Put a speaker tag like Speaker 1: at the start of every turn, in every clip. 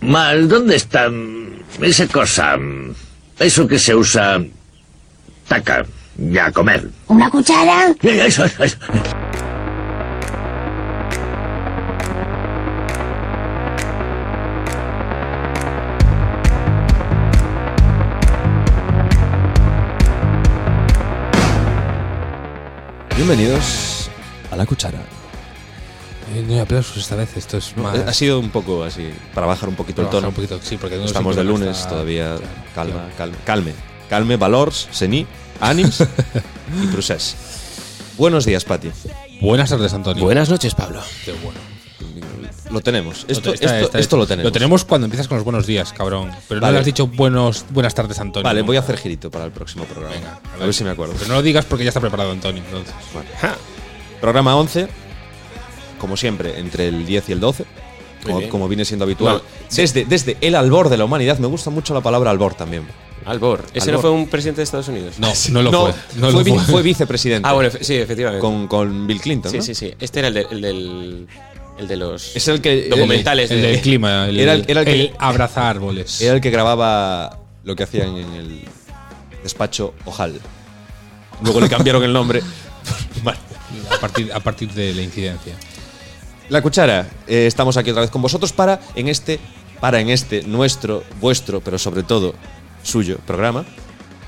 Speaker 1: Mal, ¿dónde está mm, esa cosa? mm, Eso que se usa... Taca, ya comer.
Speaker 2: ¿Una cuchara?
Speaker 1: Eh, Eso, eso, eso.
Speaker 3: Bienvenidos a La Cuchara.
Speaker 4: Eh, No hay aplausos esta vez, esto es más.
Speaker 3: Eh, Ha sido un poco así, para bajar un poquito el
Speaker 4: trabajar
Speaker 3: tono.
Speaker 4: un poquito, sí, porque no
Speaker 3: Estamos de
Speaker 4: siempre
Speaker 3: lunes
Speaker 4: está-
Speaker 3: todavía.
Speaker 4: Claro,
Speaker 3: Calma,
Speaker 4: claro.
Speaker 3: calme, calme. Calme, valors, sení, ànims y procés. Buenos días, Pati.
Speaker 4: Buenas tardes, Antonio.
Speaker 3: Buenas noches, Pablo.
Speaker 4: Qué bueno.
Speaker 3: Lo tenemos. Esto,
Speaker 4: Esta-
Speaker 3: esto-
Speaker 4: esta-
Speaker 3: esto lo tenemos.
Speaker 4: Lo tenemos cuando empiezas con los buenos días, cabrón. Pero no
Speaker 3: Vale.
Speaker 4: le has dicho buenos, buenas tardes, Antonio.
Speaker 3: Vale, voy a
Speaker 4: nunca.
Speaker 3: hacer girito para el próximo programa.
Speaker 4: Venga,
Speaker 3: a ver si me acuerdo.
Speaker 4: Pero no lo digas porque ya está preparado, Antonio. Entonces.
Speaker 3: Bueno. Programa 11, como siempre, entre el 10 y el 12, como,
Speaker 5: bien.
Speaker 3: como viene siendo habitual.
Speaker 5: No,
Speaker 3: desde, desde el albor de la humanidad, me gusta mucho la palabra albor también.
Speaker 5: Albor. ¿Ese
Speaker 3: Albor.
Speaker 5: no fue un presidente de Estados Unidos?
Speaker 4: No, no lo fue. No lo
Speaker 3: vi-
Speaker 4: fue.
Speaker 3: fue vicepresidente
Speaker 5: Ah, bueno, efe- sí, efectivamente.
Speaker 3: con, con Bill Clinton.
Speaker 5: sí,
Speaker 3: ¿no?
Speaker 5: sí, sí. Este era el, de, el del. El de los.
Speaker 3: Es el que-
Speaker 5: Documentales.
Speaker 4: El
Speaker 5: de-
Speaker 4: del clima. El,
Speaker 3: Era el- era el que-
Speaker 4: abraza árboles.
Speaker 3: Era el que grababa lo que hacían en el despacho Ojal. Luego le cambiaron el nombre. Vale.
Speaker 4: a, partir, a partir de la incidencia.
Speaker 3: La cuchara. eh, estamos aquí otra vez con vosotros para en este, para en este nuestro, vuestro, pero sobre todo suyo programa.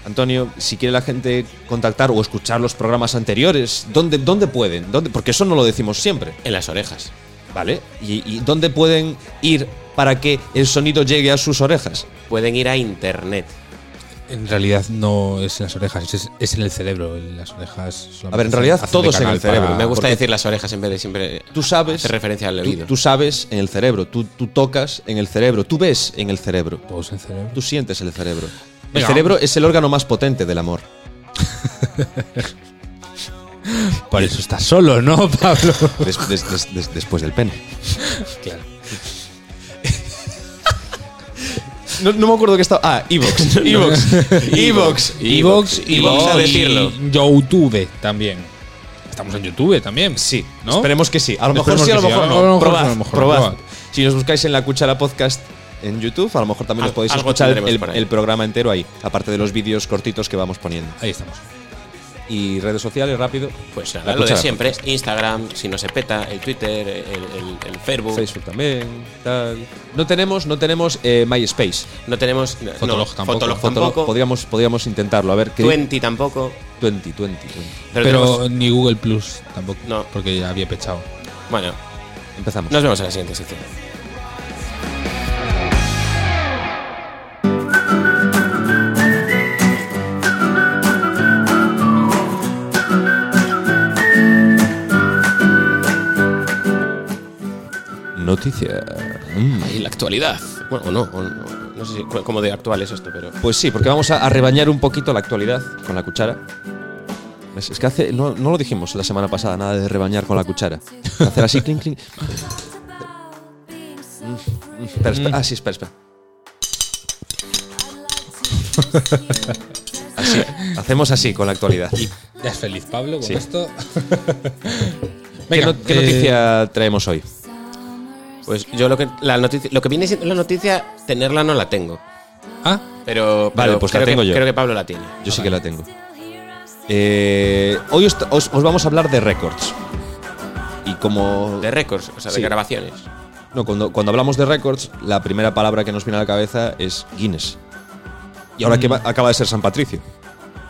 Speaker 3: Antonio, si quiere la gente contactar o escuchar los programas anteriores, ¿dónde, dónde pueden? ¿Dónde? Porque eso no lo decimos siempre,
Speaker 5: En las orejas.
Speaker 3: ¿vale? ¿Y, y dónde pueden ir para que el sonido llegue a sus orejas?
Speaker 5: Pueden ir a internet.
Speaker 4: En realidad no es en las orejas, es, es en el cerebro. en Las orejas. solamente
Speaker 3: A ver, en
Speaker 4: hacen-
Speaker 3: realidad
Speaker 4: hacen de
Speaker 3: todo es en
Speaker 4: canal
Speaker 3: el cerebro.
Speaker 4: para-
Speaker 5: Me gusta
Speaker 3: porque-
Speaker 5: decir las orejas en vez de siempre.
Speaker 3: Tú sabes.
Speaker 5: Hacer referencia al
Speaker 3: tú-
Speaker 5: oído.
Speaker 3: Tú, sabes en el cerebro, tú, tú tocas en el cerebro, tú ves en el cerebro,
Speaker 4: Todo es en el cerebro.
Speaker 3: tú sientes el cerebro. el
Speaker 4: Venga,
Speaker 3: cerebro es el órgano más potente del amor.
Speaker 4: Por eso estás solo, ¿no, Pablo?
Speaker 3: Des- des- des- des- después del pene.
Speaker 4: claro.
Speaker 3: No, no me acuerdo que estaba. Ah, Evox. Evox. Evox.
Speaker 4: Evox y,
Speaker 5: Evox a decirlo.
Speaker 4: YouTube también. Estamos en YouTube también.
Speaker 3: Sí,
Speaker 4: ¿no?
Speaker 3: esperemos que sí. A lo mejor
Speaker 4: Esperemos
Speaker 3: sí, a lo
Speaker 4: que sí.
Speaker 3: mejor
Speaker 4: A lo
Speaker 3: no.
Speaker 4: mejor sí, a lo
Speaker 3: Probad,
Speaker 4: mejor
Speaker 3: probad.
Speaker 4: no.
Speaker 3: Si nos buscáis en la cuchara podcast en YouTube, a lo mejor también os
Speaker 5: Al-
Speaker 3: podéis
Speaker 5: algo
Speaker 3: escuchar
Speaker 5: tendremos
Speaker 3: el,
Speaker 5: por ahí.
Speaker 3: el programa entero ahí, aparte de los vídeos cortitos que vamos poniendo.
Speaker 4: Ahí estamos.
Speaker 3: Y redes sociales, rápido.
Speaker 5: Pues
Speaker 3: La
Speaker 5: nada, lo de
Speaker 3: cuchara.
Speaker 5: siempre. Instagram, si no se peta, el Twitter, el, el- el Facebook.
Speaker 3: Facebook también, tal. No tenemos, no tenemos eh, MySpace.
Speaker 5: No tenemos. no,
Speaker 4: Fotolog tampoco.
Speaker 5: Fotolog
Speaker 3: Fotolog,
Speaker 5: tampoco.
Speaker 3: podríamos, podríamos intentarlo. A ver, ¿qué?
Speaker 5: 20 tampoco.
Speaker 3: 20, 20, 20.
Speaker 5: Pero,
Speaker 4: Pero
Speaker 5: tenemos-
Speaker 4: ni Google Plus tampoco.
Speaker 5: No.
Speaker 4: Porque ya había pechado.
Speaker 5: Bueno,
Speaker 3: Empezamos.
Speaker 5: nos vemos en la siguiente sección.
Speaker 3: Noticia. Mm.
Speaker 5: Y la actualidad. Bueno, o no, o no, no sé si, cu- cómo de actual es esto, pero.
Speaker 3: Pues sí, porque vamos a, a rebañar un poquito la actualidad con la cuchara. Es, es que hace. No, no lo dijimos la semana pasada, nada de rebañar con la cuchara. Hacer así, clink, clink. Mm, mm, espera, espera. Ah, sí, espera, espera. Así. Hacemos así con la actualidad.
Speaker 4: ¿Ya es feliz, Pablo, con
Speaker 3: Sí.
Speaker 4: esto?
Speaker 3: ¿Qué,
Speaker 4: Venga,
Speaker 3: no- qué
Speaker 4: eh,
Speaker 3: noticia traemos hoy?
Speaker 5: Pues yo lo que la noticia, lo que viene siendo la noticia, tenerla no la tengo.
Speaker 4: Ah,
Speaker 5: Pero,
Speaker 3: Vale,
Speaker 5: pero
Speaker 3: pues la
Speaker 5: creo
Speaker 3: tengo
Speaker 5: que,
Speaker 3: yo.
Speaker 5: Creo que Pablo la tiene.
Speaker 3: Yo sí que la tengo. Eh, hoy os, os- os vamos a hablar de récords. Y como.
Speaker 5: De récords, o sea,
Speaker 3: Sí.
Speaker 5: de grabaciones.
Speaker 3: No, cuando, cuando hablamos de récords, la primera palabra que nos viene a la cabeza es Guinness. Y ahora
Speaker 4: Mm.
Speaker 3: que va- acaba de ser San Patricio.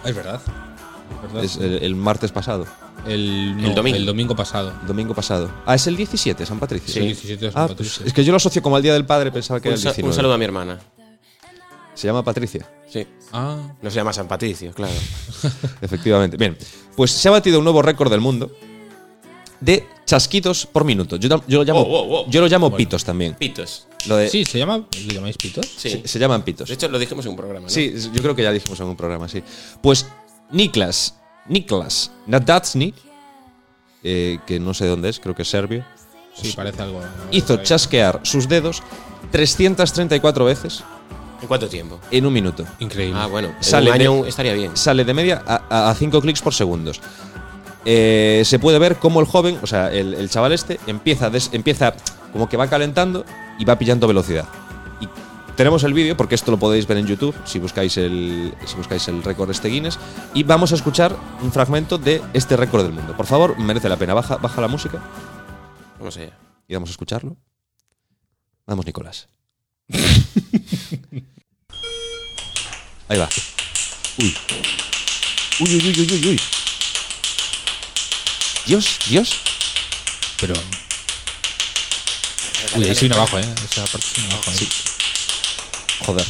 Speaker 4: es verdad. Es verdad.
Speaker 3: Es el, el martes pasado,
Speaker 4: el,
Speaker 5: el domingo.
Speaker 4: el domingo pasado.
Speaker 3: el domingo pasado. Ah, es el 17, San Patricio.
Speaker 4: Sí. El 17 de San
Speaker 3: Ah,
Speaker 4: Patricio.
Speaker 3: pues es que yo lo asocio como al Día del Padre, pensaba que
Speaker 5: Un,
Speaker 3: era el
Speaker 5: sa-
Speaker 3: 19.
Speaker 5: un saludo a mi hermana.
Speaker 3: Se llama Patricia,
Speaker 5: Sí.
Speaker 4: Ah,
Speaker 5: No se llama San Patricio, claro.
Speaker 3: efectivamente. Bien, pues se ha batido un nuevo récord del mundo de chasquitos por minuto. Yo, tam- yo lo llamo,
Speaker 5: Oh, oh, oh.
Speaker 3: Yo lo llamo pitos también.
Speaker 5: Pitos.
Speaker 3: Lo de-
Speaker 4: sí, se llama. ¿Lo llamáis pitos?
Speaker 5: Sí.
Speaker 3: se, se llaman pitos.
Speaker 5: De hecho, lo dijimos en un programa, ¿no?
Speaker 3: Sí, yo creo que ya dijimos en un programa, sí. Pues Niklas, Niklas Nadatsny, eh, que no sé dónde es, creo que es serbio,
Speaker 4: Sí, parece algo.
Speaker 3: hizo chasquear sus dedos 334 veces
Speaker 5: ¿En cuánto tiempo?
Speaker 3: en un minuto.
Speaker 4: Increíble.
Speaker 5: Ah, bueno. en
Speaker 3: Sale
Speaker 5: un
Speaker 3: de-
Speaker 5: año estaría bien.
Speaker 3: Sale de media a 5 clics por segundos. Eh, se puede ver cómo el joven, o sea, el, el chaval este, empieza, a des- empieza como que va calentando y va pillando velocidad. Y Tenemos el vídeo, porque esto lo podéis ver en YouTube si buscáis el, si buscáis el récord este Guinness. Y vamos a escuchar un fragmento de este récord del mundo. Por favor, merece la pena. Baja, baja la música
Speaker 5: Vamos allá.
Speaker 3: y vamos a escucharlo. Vamos, Nicolás. Ahí va. Uy. Uy, uy, uy, uy, uy, uy. Dios, Dios.
Speaker 4: Pero. Uy, ahí soy un abajo, ¿eh? Esa parte soy un abajo. ¿eh?
Speaker 3: Joder.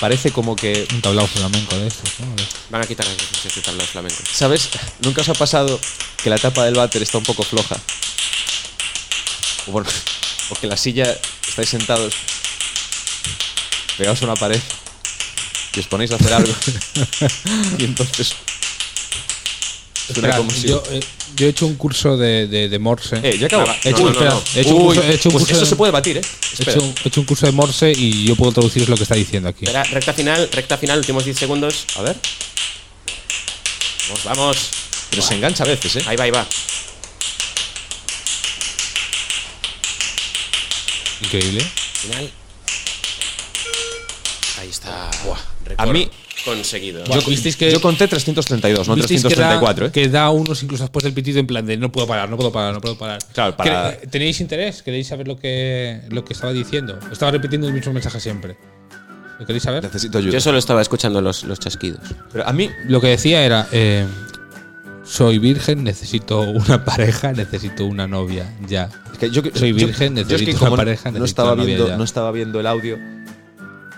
Speaker 3: Parece como que
Speaker 4: Un tablao flamenco de estos, ¿no? De-
Speaker 5: Van a quitar el tablao flamenco.
Speaker 3: ¿Sabes? Nunca os ha pasado que la tapa del váter está un poco floja. O, bueno, o que la silla estáis sentados, pegados a una pared y os ponéis a hacer algo. y entonces. Suena
Speaker 4: Espera,
Speaker 3: como si.
Speaker 4: yo, eh, yo he hecho un curso de, de, de Morse.
Speaker 3: Eh, ya acabo.
Speaker 4: He hecho,
Speaker 5: No, no,
Speaker 4: espera,
Speaker 5: no.
Speaker 4: he hecho un
Speaker 3: Uy,
Speaker 4: curso, he hecho un
Speaker 3: pues
Speaker 4: curso
Speaker 3: eso
Speaker 4: de,
Speaker 3: se puede batir, ¿eh?
Speaker 4: he
Speaker 3: Espera.
Speaker 4: hecho, un- he hecho un curso de Morse y yo puedo traduciros lo que está diciendo aquí.
Speaker 5: Espera, recta final, recta final, últimos 10 segundos.
Speaker 3: A ver.
Speaker 5: Vamos, vamos.
Speaker 3: Pero se engancha a veces, ¿eh?
Speaker 5: Ahí va, ahí va.
Speaker 4: Increíble.
Speaker 5: Final. Ahí está.
Speaker 3: A mí-
Speaker 5: Conseguido.
Speaker 4: Buah, visteis que-
Speaker 3: Yo conté 332, no
Speaker 4: Visteis que da-
Speaker 3: 334, ¿eh?
Speaker 4: Que da unos incluso después del pitido en plan de no puedo parar, no puedo parar, no puedo parar.
Speaker 3: Claro, para-
Speaker 4: ¿Quere- ¿Tenéis interés? ¿Queréis saber lo que, lo que estaba diciendo? Estaba repitiendo el mismo mensaje siempre. ¿Lo queréis saber?
Speaker 3: Necesito ayuda.
Speaker 5: Yo solo estaba escuchando los, los chasquidos.
Speaker 3: Pero a mí
Speaker 4: Lo que decía era, eh, soy virgen, necesito una pareja, necesito una novia, ya.
Speaker 3: Es que yo,
Speaker 4: Soy
Speaker 3: yo-
Speaker 4: virgen,
Speaker 3: yo es que
Speaker 4: necesito
Speaker 3: como
Speaker 4: una
Speaker 3: no-
Speaker 4: pareja,
Speaker 3: No
Speaker 4: necesito
Speaker 3: estaba,
Speaker 4: una novia
Speaker 3: viendo,
Speaker 4: ya.
Speaker 3: no estaba viendo el audio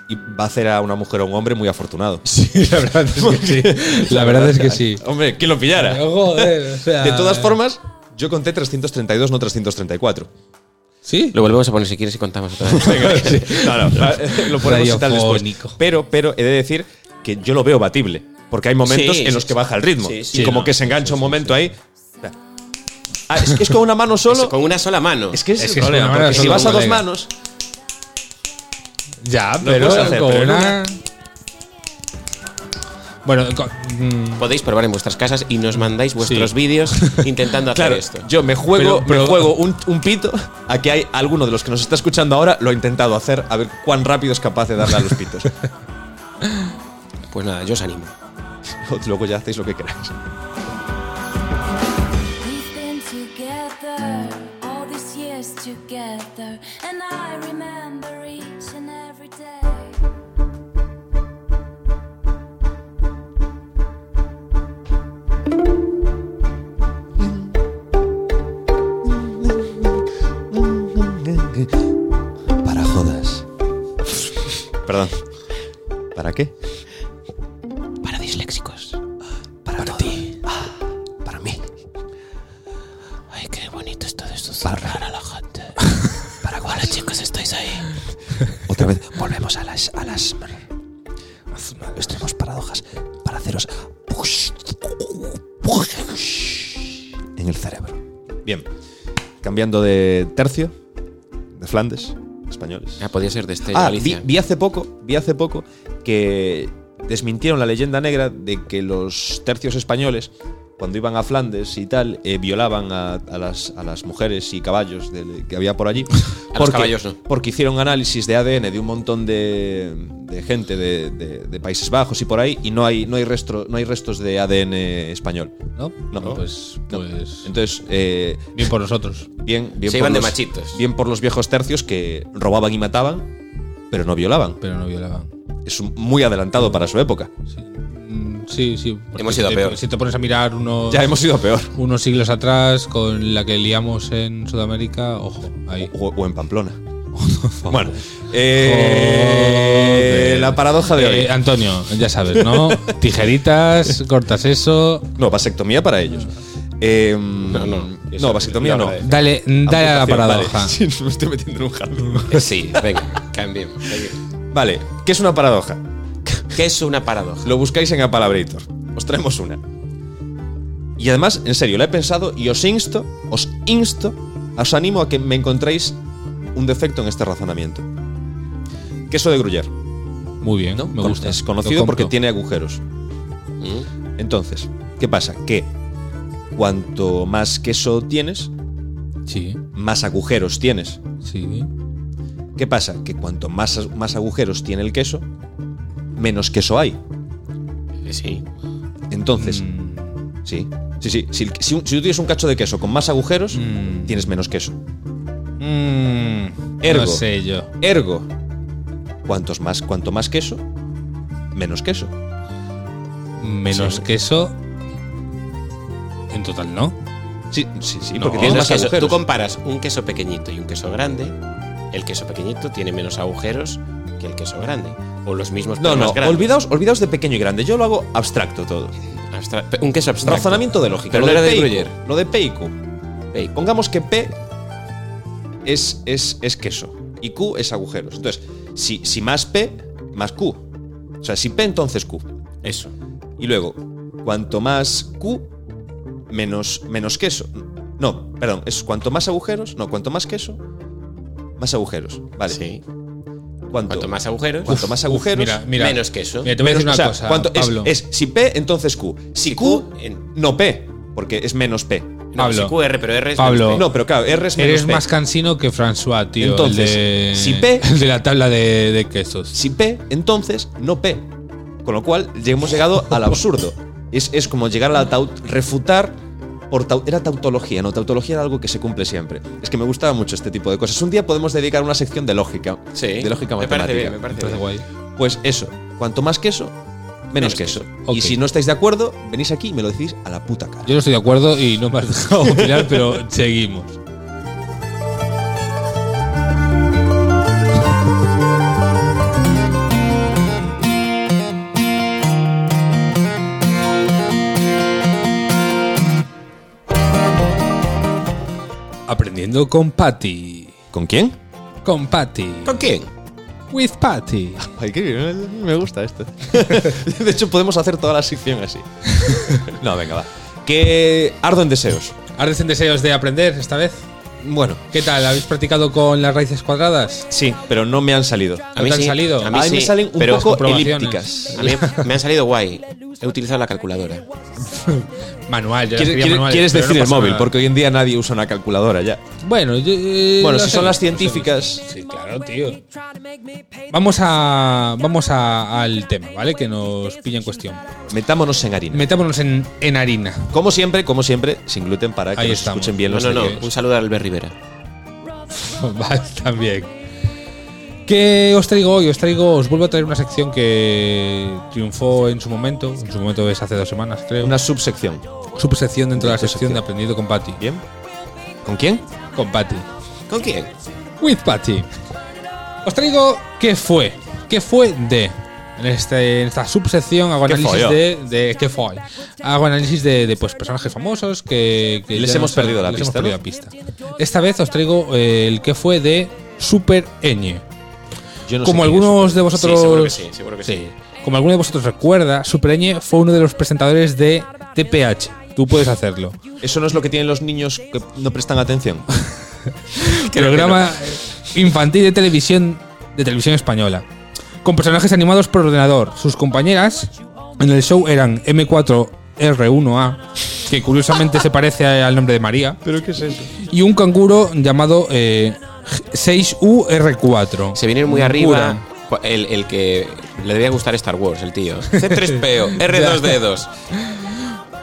Speaker 3: y va a hacer a una mujer o un hombre muy afortunado.
Speaker 4: Sí, la verdad es que sí. La verdad es que sí.
Speaker 3: Hombre, ¿quién lo pillara?
Speaker 4: Joder, o sea, eh.
Speaker 3: De todas formas, yo conté 332, no 334.
Speaker 4: ¿Sí?
Speaker 5: Lo volvemos a poner si quieres y contamos otra vez.
Speaker 3: No, no, lo podemos citar después.
Speaker 4: Radiofónico.
Speaker 3: Pero, pero he de decir que yo lo veo batible. Porque hay momentos
Speaker 5: Sí,
Speaker 3: en los
Speaker 5: sí,
Speaker 3: que
Speaker 5: sí.
Speaker 3: baja el ritmo.
Speaker 5: Sí,
Speaker 3: y
Speaker 5: sí,
Speaker 3: como
Speaker 4: no.
Speaker 3: que se engancha
Speaker 4: Sí,
Speaker 3: un
Speaker 4: sí,
Speaker 3: momento
Speaker 4: sí.
Speaker 3: ahí. Ah, es que es con una mano solo.
Speaker 5: Con una sola mano.
Speaker 3: Es que es,
Speaker 4: Es que
Speaker 3: el
Speaker 4: es
Speaker 3: problema.
Speaker 4: una mano
Speaker 3: porque si
Speaker 4: solo,
Speaker 3: vas a dos
Speaker 4: colega.
Speaker 3: manos,
Speaker 4: Ya,
Speaker 3: Lo
Speaker 4: pero
Speaker 3: puedes hacer,
Speaker 4: con
Speaker 3: pero en
Speaker 4: una... Bueno, con- mm,
Speaker 5: Podéis probar en vuestras casas y nos mandáis vuestros
Speaker 4: Sí.
Speaker 5: vídeos intentando hacer
Speaker 3: Claro,
Speaker 5: esto.
Speaker 3: yo me juego,
Speaker 4: Pero-
Speaker 3: me
Speaker 4: pero-
Speaker 3: juego un, un pito a que hay alguno de los que nos está escuchando ahora lo ha intentado hacer, a ver cuán rápido es capaz de darle a los pitos.
Speaker 5: Pues nada, yo os animo.
Speaker 3: Luego ya hacéis lo que queráis.
Speaker 2: We've been together all these years together, and I remember each and every day.
Speaker 3: Para jodas. Perdón. ¿Para qué?
Speaker 5: Para disléxicos.
Speaker 3: Para, ti. para mí.
Speaker 5: Ay, qué bonito esto de susurrar a la gente. Para cuáles chicos estáis ahí.
Speaker 3: Otra vez. Volvemos a las. A las extremos paradojas. Para haceros. En el cerebro. Bien. Cambiando de tercio. De Flandes. Españoles.
Speaker 5: Ah, podía ser de este
Speaker 3: Ah, vi,
Speaker 5: Galicia.
Speaker 3: vi hace poco, vi hace poco que desmintieron la leyenda negra de que los tercios españoles, cuando iban a Flandes y tal, eh, violaban a, a las, a las mujeres y caballos del- que había por allí.
Speaker 5: los caballos no.
Speaker 3: Porque hicieron análisis de ADN de un montón de, de gente de, de- de Países Bajos y por ahí, y no hay, no hay, restro- no hay restos de ADN español.
Speaker 4: ¿no?
Speaker 3: No,
Speaker 4: Pues,
Speaker 3: No.
Speaker 4: pues
Speaker 3: Entonces, eh,
Speaker 4: bien por nosotros.
Speaker 3: bien, bien
Speaker 5: Se
Speaker 3: por
Speaker 5: iban de
Speaker 3: los-
Speaker 5: machitos.
Speaker 3: Bien por los viejos tercios que robaban y mataban, pero no violaban
Speaker 4: Pero no violaban.
Speaker 3: es un- muy adelantado para su época.
Speaker 4: Mm, Sí, sí. porque
Speaker 5: Hemos ido
Speaker 4: si te-
Speaker 5: peor.
Speaker 4: Si te pones a mirar unos,
Speaker 3: Ya hemos ido a peor.
Speaker 4: unos siglos atrás con la que liamos en Sudamérica, ojo, ahí.
Speaker 3: O, o en Pamplona. bueno, eh,
Speaker 4: Joder.
Speaker 3: la paradoja de hoy.
Speaker 4: Eh, Antonio, ya sabes, ¿no? Tijeritas, cortas eso.
Speaker 3: no, vasectomía para ellos. Eh,
Speaker 5: No, no.
Speaker 3: no, vasectomía no.
Speaker 4: Dale, dale a la
Speaker 3: Ampliación, vale.
Speaker 4: paradoja.
Speaker 3: Sí, me estoy metiendo en un jardín.
Speaker 5: Eh, Sí, venga, cambien.
Speaker 3: Vale, ¿qué es una paradoja?
Speaker 5: ¿Qué es una paradoja?
Speaker 3: Lo buscáis en Apalabrator. Os traemos una. Y además, en serio, la he pensado y os insto, os insto, os animo a que me encontréis un defecto en este razonamiento. Queso de Gruyère.
Speaker 4: Muy bien, me
Speaker 3: Con-
Speaker 4: gusta.
Speaker 3: Es
Speaker 4: Lo
Speaker 3: conocido porque
Speaker 4: compro. Mm.
Speaker 3: tiene agujeros. Entonces, ¿qué pasa? Que cuanto más queso tienes,
Speaker 4: Sí,
Speaker 3: más agujeros tienes.
Speaker 4: sí.
Speaker 3: ¿Qué ¿Qué pasa? Que cuanto más, más agujeros tiene el queso, menos queso hay.
Speaker 5: Eh, Sí.
Speaker 3: Entonces,
Speaker 4: Mm,
Speaker 3: sí. Sí, sí. Si, el- si un- si tú tienes un cacho de queso con más agujeros,
Speaker 4: Mm.
Speaker 3: tienes menos queso.
Speaker 4: mm,
Speaker 3: Ergo.
Speaker 4: No sé yo.
Speaker 3: Ergo, cuantos más, cuanto más queso, menos queso.
Speaker 4: Menos
Speaker 3: Sí.
Speaker 4: queso. En total, no.
Speaker 3: Sí, sí, sí,
Speaker 5: No,
Speaker 3: porque tienes
Speaker 5: los
Speaker 3: más
Speaker 5: quesos-
Speaker 3: agujeros.
Speaker 5: Tú comparas un queso pequeñito y un queso grande. El queso pequeñito tiene menos agujeros que el queso grande. O los mismos,
Speaker 3: no,
Speaker 5: pero
Speaker 3: no,
Speaker 5: más grandes.
Speaker 3: olvidaos, olvidaos de pequeño y grande. Yo lo hago abstracto todo.
Speaker 5: Abstra- pe- un queso abstracto.
Speaker 3: Razonamiento de lógica.
Speaker 5: Pero
Speaker 3: lo
Speaker 5: no era de
Speaker 3: Peico,
Speaker 5: Gruyère.
Speaker 3: Lo de Peico.
Speaker 5: Bacon.
Speaker 3: Pongamos que P es, es, es queso y Q es agujeros. Entonces, si, si más P, más Q. O sea, si P, entonces Q.
Speaker 5: Eso.
Speaker 3: Y luego, cuanto más Q, menos, menos queso. No, perdón, es cuanto más agujeros, no, cuanto más queso, más agujeros. Vale.
Speaker 5: Sí.
Speaker 3: Cuanto,
Speaker 5: Cuanto más agujeros,
Speaker 3: cuanto más agujeros,
Speaker 4: Mira, mira.
Speaker 5: menos queso.
Speaker 4: Mira, te voy a
Speaker 3: menos-
Speaker 4: decir una
Speaker 3: o sea,
Speaker 4: cosa,
Speaker 3: cuanto- es-
Speaker 4: Pablo.
Speaker 3: es, si P, entonces Q. Si,
Speaker 5: Si
Speaker 3: Q,
Speaker 5: Q, en-
Speaker 3: no P, porque es menos P.
Speaker 5: No,
Speaker 4: Pablo.
Speaker 5: sí, QR, pero R es
Speaker 4: Pablo.
Speaker 5: menos
Speaker 3: No, pero claro, R es menos
Speaker 4: Eres
Speaker 3: P.
Speaker 4: más cansino que François, tío.
Speaker 3: Entonces,
Speaker 4: el de,
Speaker 3: si P-
Speaker 4: el de la tabla de, de quesos.
Speaker 3: Si P, entonces no P. Con lo cual ya hemos llegado al absurdo. Es, es como llegar a la taut- refutar por tau- era tautología, no tautología era algo que se cumple siempre. Es que me gustaba mucho este tipo de cosas. Un día podemos dedicar una sección de lógica,
Speaker 5: P. Sí.
Speaker 3: de lógica
Speaker 5: me
Speaker 3: matemática.
Speaker 5: parece bien, me parece
Speaker 4: Me parece
Speaker 5: bien.
Speaker 4: guay.
Speaker 3: Pues eso, cuanto más queso, menos,
Speaker 5: Menos
Speaker 3: queso.
Speaker 4: queso.
Speaker 3: Y
Speaker 4: Ok.
Speaker 3: si no estáis de acuerdo, venís aquí y me lo decís a la puta cara.
Speaker 4: Yo no estoy de acuerdo y no me has dejado opinar, pero seguimos. Aprendiendo con Patty.
Speaker 3: ¿Con quién?
Speaker 4: Con Patty.
Speaker 5: ¿Con quién?
Speaker 4: With Patty.
Speaker 3: eh, me gusta esto. de hecho, podemos hacer toda la sección así. no, venga, va. Que ardo en deseos.
Speaker 4: ¿Ahora en deseos de aprender esta vez?
Speaker 3: Bueno,
Speaker 4: ¿Qué tal? ¿Habéis practicado con las raíces cuadradas?
Speaker 3: sí, pero no me han salido.
Speaker 4: ¿No te han salido?
Speaker 5: A
Speaker 3: A
Speaker 5: mí
Speaker 3: mí
Speaker 5: sí,
Speaker 3: me salen un
Speaker 5: pero
Speaker 3: poco
Speaker 4: comprobaciones.
Speaker 3: elípticas.
Speaker 5: A mí me han salido guay. He utilizado la calculadora.
Speaker 4: Manual, yo
Speaker 3: ¿Quieres,
Speaker 4: las escribía
Speaker 3: quieres-
Speaker 4: manuales,
Speaker 3: quieres
Speaker 4: pero no
Speaker 3: decir el
Speaker 4: pasa
Speaker 3: móvil?
Speaker 4: nada.
Speaker 3: Porque hoy en día nadie usa una calculadora ya.
Speaker 4: Bueno, yo, eh,
Speaker 3: Bueno,
Speaker 4: lo
Speaker 3: si son
Speaker 4: hacemos,
Speaker 3: las
Speaker 4: lo
Speaker 3: científicas.
Speaker 4: hacemos. Sí, claro, tío. Vamos a vamos a- al tema, ¿vale? Que nos pilla en cuestión.
Speaker 3: Metámonos en harina.
Speaker 4: Metámonos en, en harina.
Speaker 3: como siempre, como siempre, sin gluten para que
Speaker 4: Ahí
Speaker 3: nos
Speaker 4: estamos.
Speaker 3: escuchen bien
Speaker 5: No,
Speaker 3: los
Speaker 5: no, no.
Speaker 3: oyentes.
Speaker 5: Un saludo a Albert Rivera.
Speaker 4: Vale, también. ¿Qué os traigo hoy? Os traigo, os vuelvo a traer una sección que triunfó en su momento. En su momento es hace dos semanas, creo.
Speaker 3: Una subsección.
Speaker 4: subsección dentro de la
Speaker 3: Subsección.
Speaker 4: sección de aprendido con Patty.
Speaker 3: ¿Bien? ¿Con quién?
Speaker 4: Con Patty.
Speaker 5: ¿Con quién?
Speaker 4: With Patty. Os traigo qué fue. ¿Qué fue de? En, este, en esta subsección hago
Speaker 3: ¿Qué
Speaker 4: análisis
Speaker 3: folló?
Speaker 4: de, de- ¿Qué fue? Hago análisis de, de, pues, personajes famosos que. que
Speaker 3: Les
Speaker 4: ya
Speaker 3: hemos
Speaker 4: nos-
Speaker 3: perdido la
Speaker 4: les
Speaker 3: pista,
Speaker 4: hemos
Speaker 3: ¿no?
Speaker 4: perdido la pista. Esta vez os traigo eh, el que fue de Super Ñ.
Speaker 3: Yo no sé
Speaker 4: Como
Speaker 3: quién
Speaker 4: algunos de
Speaker 5: Sí, seguro que
Speaker 4: vosotros.
Speaker 5: sí, seguro que
Speaker 4: Sí.
Speaker 5: sí.
Speaker 4: Como alguno de vosotros recuerda, Super Ñ fue uno de los presentadores de TPH. Tú puedes hacerlo.
Speaker 3: es. Eso no es lo que tienen los niños que no prestan atención.
Speaker 4: programa infantil de televisión de televisión española. Con personajes animados por ordenador. Sus compañeras en el show eran M4R1A, que curiosamente se parece a- al nombre de María,
Speaker 3: ¿Pero qué es eso?
Speaker 4: y un canguro llamado eh, 6UR4.
Speaker 5: Se vienen muy
Speaker 4: Cura.
Speaker 5: arriba. Cu- El, el que le debía gustar Star Wars, el tío. C3PO, R2D2.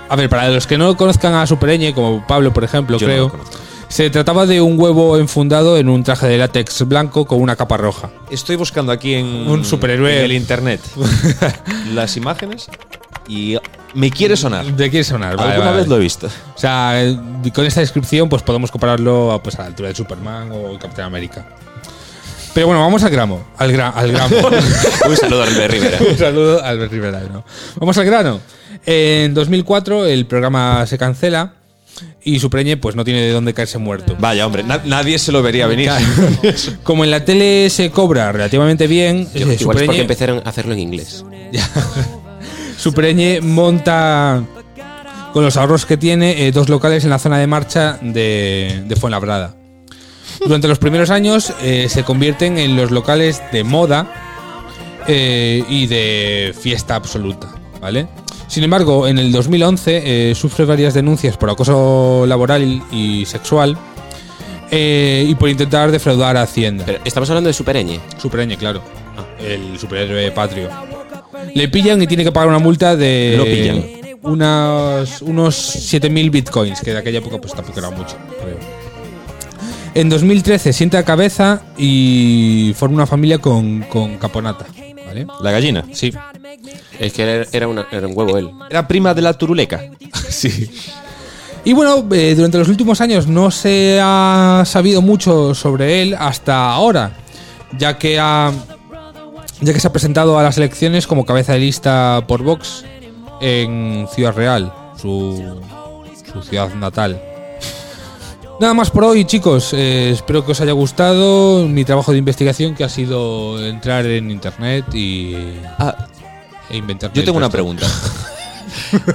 Speaker 4: A ver, para los que no conozcan a Supereñe, como Pablo, por ejemplo,
Speaker 3: Yo no
Speaker 4: creo,
Speaker 3: lo conozco.
Speaker 4: se trataba de un huevo enfundado en un traje de látex blanco con una capa roja.
Speaker 3: Estoy buscando aquí en,
Speaker 4: Un superhéroe.
Speaker 3: en el internet las imágenes y me quiere sonar.
Speaker 4: ¿De quién sonar? Vale,
Speaker 3: Alguna
Speaker 4: vale,
Speaker 3: vez
Speaker 4: vale.
Speaker 3: lo he visto.
Speaker 4: O sea, eh, con esta descripción pues podemos compararlo a, pues, a la altura de Superman o Capitán América. Pero bueno, vamos al gramo. Al, gra- al gramo.
Speaker 5: Un saludo a Albert Rivera.
Speaker 4: Un saludo a Albert Rivera. ¿no? Vamos al grano. En 2004 el programa se cancela y Supreñe pues no tiene de dónde caerse muerto.
Speaker 3: Vaya, hombre, na- nadie se lo vería venir.
Speaker 4: Como en la tele se cobra relativamente bien, eh,
Speaker 5: Igual es porque
Speaker 4: Supreñe-
Speaker 5: empezaron a hacerlo en inglés.
Speaker 4: Supreñe monta con los ahorros que tiene eh, dos locales en la zona de marcha de, de Fuenlabrada. Durante los primeros años eh, se convierten en los locales de moda eh, y de fiesta absoluta, ¿vale? Sin embargo, en el 2011 eh, sufre varias denuncias por acoso laboral y sexual eh, y por intentar defraudar a Hacienda.
Speaker 5: Pero estamos hablando de Supereñe.
Speaker 4: Superhéroe, claro.
Speaker 3: Ah.
Speaker 4: El superhéroe patrio. Le pillan y tiene que pagar una multa de.
Speaker 3: Lo pillan.
Speaker 4: Unas, unos 7.000 bitcoins, que de aquella época pues tampoco era mucho, creo. En 2013 sienta cabeza y forma una familia con, con Caponata. ¿Vale?
Speaker 3: La gallina.
Speaker 4: Sí.
Speaker 5: Es que era, era una- era un huevo él.
Speaker 3: Era prima de la turuleca.
Speaker 4: Sí. Y bueno, eh, durante los últimos años no se ha sabido mucho sobre él hasta ahora, ya que ha, ya que se ha presentado a las elecciones como cabeza de lista por Vox en Ciudad Real, su, su ciudad natal. Nada más por hoy, chicos. Eh, espero que os haya gustado mi trabajo de investigación, que ha sido entrar en internet y e inventar.
Speaker 3: Ah, yo tengo una pregunta.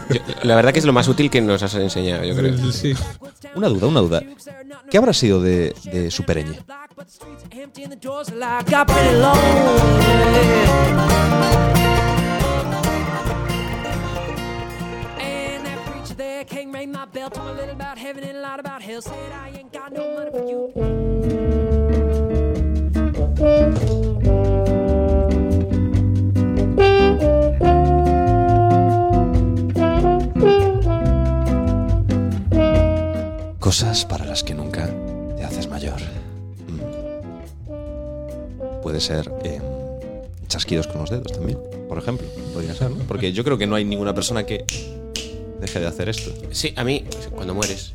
Speaker 5: Yo- la verdad que es lo más útil que nos has enseñado, yo creo.
Speaker 4: Sí.
Speaker 3: Una duda, una duda. ¿Qué habrá sido de, de Supereñe? Cosas para las que nunca te haces mayor. Mm. Puede ser eh, chasquidos con los dedos también, por ejemplo. Podría ser, ¿no? Porque yo creo que no hay ninguna persona que deje de hacer esto.
Speaker 5: Sí, a mí, cuando mueres.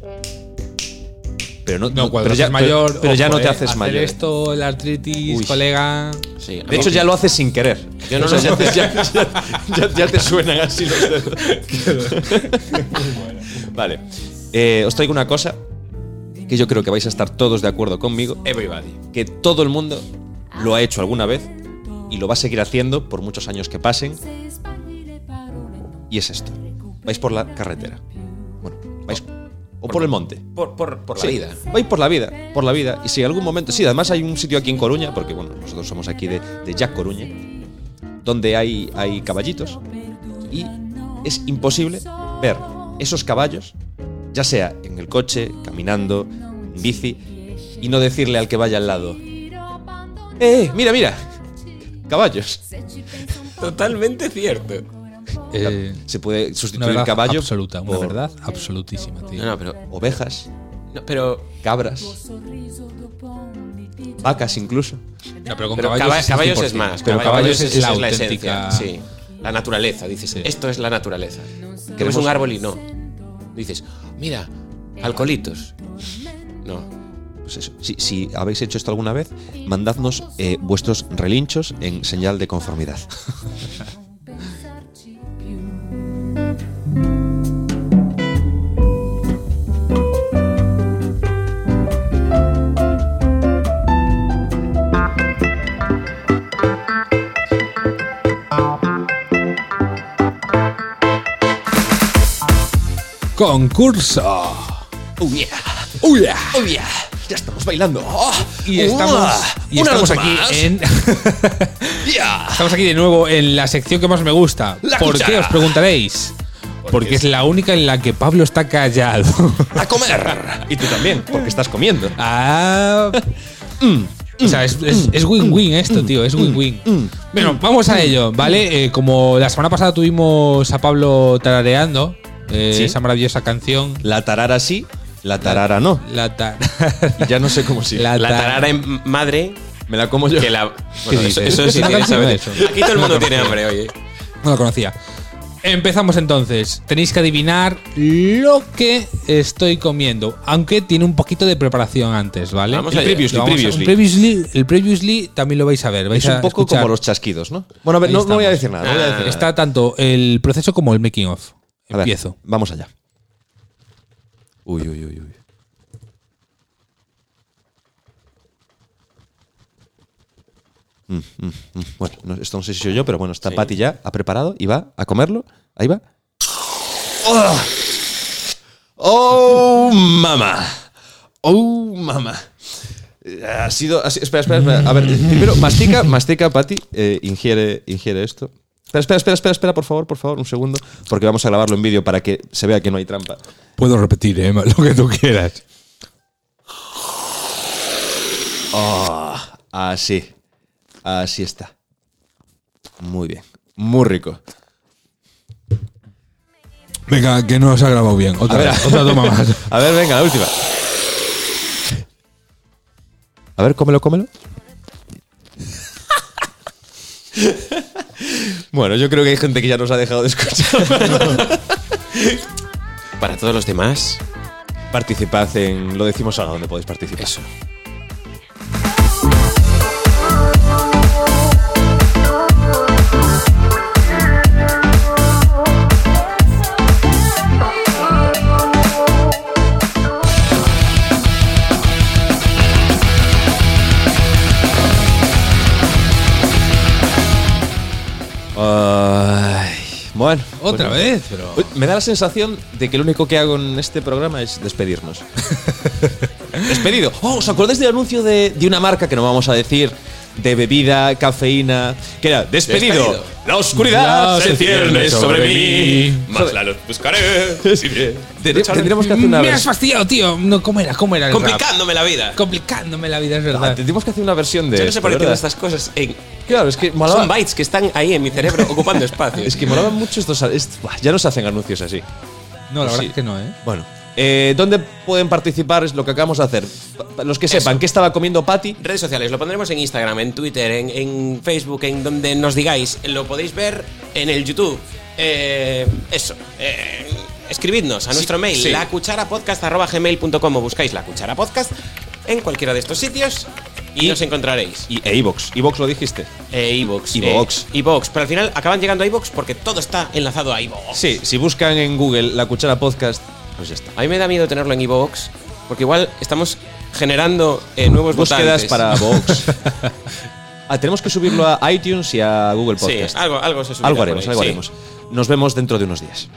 Speaker 3: Pero no,
Speaker 4: No, cuando
Speaker 3: pero
Speaker 4: te
Speaker 3: ya,
Speaker 4: haces mayor.
Speaker 3: pero, pero ya
Speaker 4: ojo,
Speaker 3: no te
Speaker 4: eh,
Speaker 3: haces
Speaker 4: hacer
Speaker 3: mayor.
Speaker 4: esto, la artritis,
Speaker 3: Uy.
Speaker 4: colega.
Speaker 5: Sí, a mí-
Speaker 3: De hecho, ya lo haces sin querer.
Speaker 5: Yo no
Speaker 3: O sea,
Speaker 5: lo-
Speaker 3: ya, te, ya- ya- ya- ya te suenan así los dedos. vale. Eh, os traigo una cosa que yo creo que vais a estar todos de acuerdo conmigo. Everybody. Que todo el mundo lo ha hecho alguna vez y lo va a seguir haciendo por muchos años que pasen. Y es esto. Vais por la carretera. Bueno, vais... O por el monte.
Speaker 5: por, por, por la
Speaker 3: Sí,
Speaker 5: vida.
Speaker 3: Vais por la vida, por la vida. Y si en algún momento. Sí, además hay un sitio aquí en Coruña, porque bueno, nosotros somos aquí de, de Jack Coruña, donde hay, hay caballitos. Y es imposible ver esos caballos, ya sea en el coche, caminando, en bici, y no decirle al que vaya al lado: ¡Eh, mira, mira! Caballos.
Speaker 5: Totalmente cierto.
Speaker 4: Eh,
Speaker 3: Se puede
Speaker 4: una
Speaker 3: sustituir
Speaker 4: verdad
Speaker 3: caballo.
Speaker 4: absoluta, una
Speaker 3: por
Speaker 4: verdad absolutísima, tío.
Speaker 5: No, no, pero.
Speaker 3: Ovejas,
Speaker 5: no, pero
Speaker 3: cabras, vacas incluso.
Speaker 4: No, pero con
Speaker 5: pero caba-
Speaker 4: caballos,
Speaker 5: caballos,
Speaker 4: es 100%.
Speaker 5: es más.
Speaker 4: Pero caballos, es, la
Speaker 5: es
Speaker 4: auténtica.
Speaker 5: esencia. Sí. La naturaleza, dices. Esto es la naturaleza. Queremos un árbol y no. Dices, mira, alcoholitos. No.
Speaker 3: Pues eso, si, si habéis hecho esto alguna vez, mandadnos eh, vuestros relinchos en señal de conformidad.
Speaker 4: Concurso.
Speaker 3: ¡Oh, yeah!
Speaker 4: ¡Oh, yeah!
Speaker 3: ¡Oh, yeah! ¡Ya estamos bailando! ¡Oh!
Speaker 4: Y
Speaker 3: ¡Uah!
Speaker 4: estamos, y
Speaker 3: ¡Una
Speaker 4: estamos
Speaker 3: noche
Speaker 4: aquí
Speaker 3: más!
Speaker 4: en.
Speaker 3: ¡Yeah!
Speaker 4: Estamos aquí de nuevo en la sección que más me gusta.
Speaker 3: La
Speaker 4: ¿Por
Speaker 3: cuchara.
Speaker 4: qué os preguntaréis? Porque es la única en la que Pablo está callado.
Speaker 3: ¡A comer! Y tú también, porque estás comiendo.
Speaker 4: ah. Mm, O sea, es- es es win-win esto, tío. Es win-win. Bueno, vamos a ello, ¿vale? Eh, como la semana pasada tuvimos a Pablo tarareando eh,
Speaker 3: Sí.
Speaker 4: esa maravillosa canción.
Speaker 3: La tarara sí, la tarara no.
Speaker 4: La ta-
Speaker 3: Y ya no sé cómo sigue.
Speaker 4: La-
Speaker 5: La tarara en madre
Speaker 3: Me la como yo.
Speaker 5: que la. Bueno, eso,
Speaker 4: dices?
Speaker 5: eso sí
Speaker 4: Una
Speaker 5: tienes
Speaker 4: canción
Speaker 5: hambre.
Speaker 4: de eso.
Speaker 5: Aquí todo el mundo tiene hambre, oye.
Speaker 4: No la conocía. Empezamos entonces. Tenéis que adivinar lo que estoy comiendo. Aunque tiene un poquito de preparación antes, ¿vale?
Speaker 5: Vamos
Speaker 4: el
Speaker 5: allá.
Speaker 4: previously,
Speaker 3: Lo vamos a-
Speaker 4: el previously. El previously también lo vais a ver. Vais
Speaker 3: es un
Speaker 4: a
Speaker 3: poco
Speaker 4: escuchar.
Speaker 3: como los chasquidos, ¿no? Ah. Bueno, a ver,
Speaker 4: Ahí
Speaker 3: no, no voy a
Speaker 4: estamos.
Speaker 3: decir nada. no voy a decir
Speaker 4: Está
Speaker 3: nada.
Speaker 4: tanto el proceso como el making of.
Speaker 3: A ver,
Speaker 4: Empiezo.
Speaker 3: Vamos allá. Uy, uy, uy, uy. Mm, mm, mm. Bueno, no- esto no sé si soy yo, pero bueno, está Patty ya, ha preparado y va a comerlo. Ahí va. ¡Oh! ¡Oh, mamá! ¡Oh, mamá! Eh, Ha sido. ha si- espera, espera, espera. A ver, eh, primero, mastica, mastica, Pati. eh, ingiere, ingiere esto. Espera, espera, espera, espera, espera, por favor, por favor, un segundo. Porque vamos a grabarlo en vídeo para que se vea que no hay trampa.
Speaker 4: Puedo repetir, ¿eh? lo que tú quieras.
Speaker 3: Oh, así. Así está. Muy bien. Muy rico.
Speaker 4: Venga, que no se ha grabado bien. Otra,
Speaker 3: A ver,
Speaker 4: vez, otra toma más.
Speaker 3: A ver, venga, la última. A ver, cómelo, cómelo. Bueno, yo creo que hay gente que ya nos ha dejado de escuchar.
Speaker 5: Para todos los demás,
Speaker 3: Participad en Lo Decimos Ahora, donde podéis participar.
Speaker 5: eso.
Speaker 3: Ay, bueno.
Speaker 4: Otra
Speaker 3: pues-
Speaker 4: vez, pero.
Speaker 3: Uy, Me da la sensación de que lo único que hago en este programa es despedirnos. Despedido. Oh, ¿os acordáis del anuncio de, de una marca que no vamos a decir? De bebida, cafeína. Que era despedido.
Speaker 5: Despedido.
Speaker 3: La oscuridad
Speaker 4: La
Speaker 3: se cierne sobre mí.
Speaker 5: Más la luz buscaré.
Speaker 3: Tendr- Tendríamos que hacer una
Speaker 4: Me has
Speaker 3: versión.
Speaker 4: fastidiado, tío. No, ¿Cómo era? ¿Cómo era el rap?
Speaker 5: Complicándome la vida.
Speaker 4: Complicándome la vida, es verdad.
Speaker 3: Tendríamos que hacer una versión de.
Speaker 5: Yo no sé
Speaker 3: esto,
Speaker 5: por qué
Speaker 3: ¿verdad?
Speaker 5: entiendo estas cosas. en-
Speaker 3: Claro, es que molaba-
Speaker 5: son bytes que están ahí en mi cerebro ocupando espacio.
Speaker 3: Es que molaban mucho estos. est- Buah, ya nos hacen anuncios así.
Speaker 4: No, la verdad
Speaker 3: Pues Sí.
Speaker 4: es que no, ¿eh?
Speaker 3: Bueno. eh, ¿Dónde pueden participar? Es lo que acabamos de hacer. Pa- pa- Los que sepan qué estaba comiendo Patty.
Speaker 5: Redes sociales, lo pondremos en Instagram, en Twitter, en, en Facebook, en donde nos digáis. Lo podéis ver en el YouTube. Eh, eso. eh, escribidnos a nuestro mail,
Speaker 3: sí.
Speaker 5: lacucharapodcast.gmail.com o buscáis la cuchara podcast en cualquiera de estos sitios y, nos encontraréis.
Speaker 3: Y, e iVox. iVox lo dijiste.
Speaker 5: E iVoox.
Speaker 3: iVoox.
Speaker 5: eh, iVoox. Pero al final acaban llegando a iVoox porque todo está enlazado a iVoox.
Speaker 3: Sí, si buscan en Google la cuchara podcast, pues ya está.
Speaker 5: A mí me da miedo tenerlo en iVoox porque igual estamos generando eh, nuevos
Speaker 3: Búsquedas
Speaker 5: votantes.
Speaker 3: para Vox. ah, tenemos que subirlo a iTunes y a Google
Speaker 5: Sí,
Speaker 3: Podcast.
Speaker 5: algo, algo se subirá
Speaker 3: algo
Speaker 5: por
Speaker 3: haremos,
Speaker 5: ahí,
Speaker 3: algo
Speaker 5: sí.
Speaker 3: haremos. Nos vemos dentro de unos días.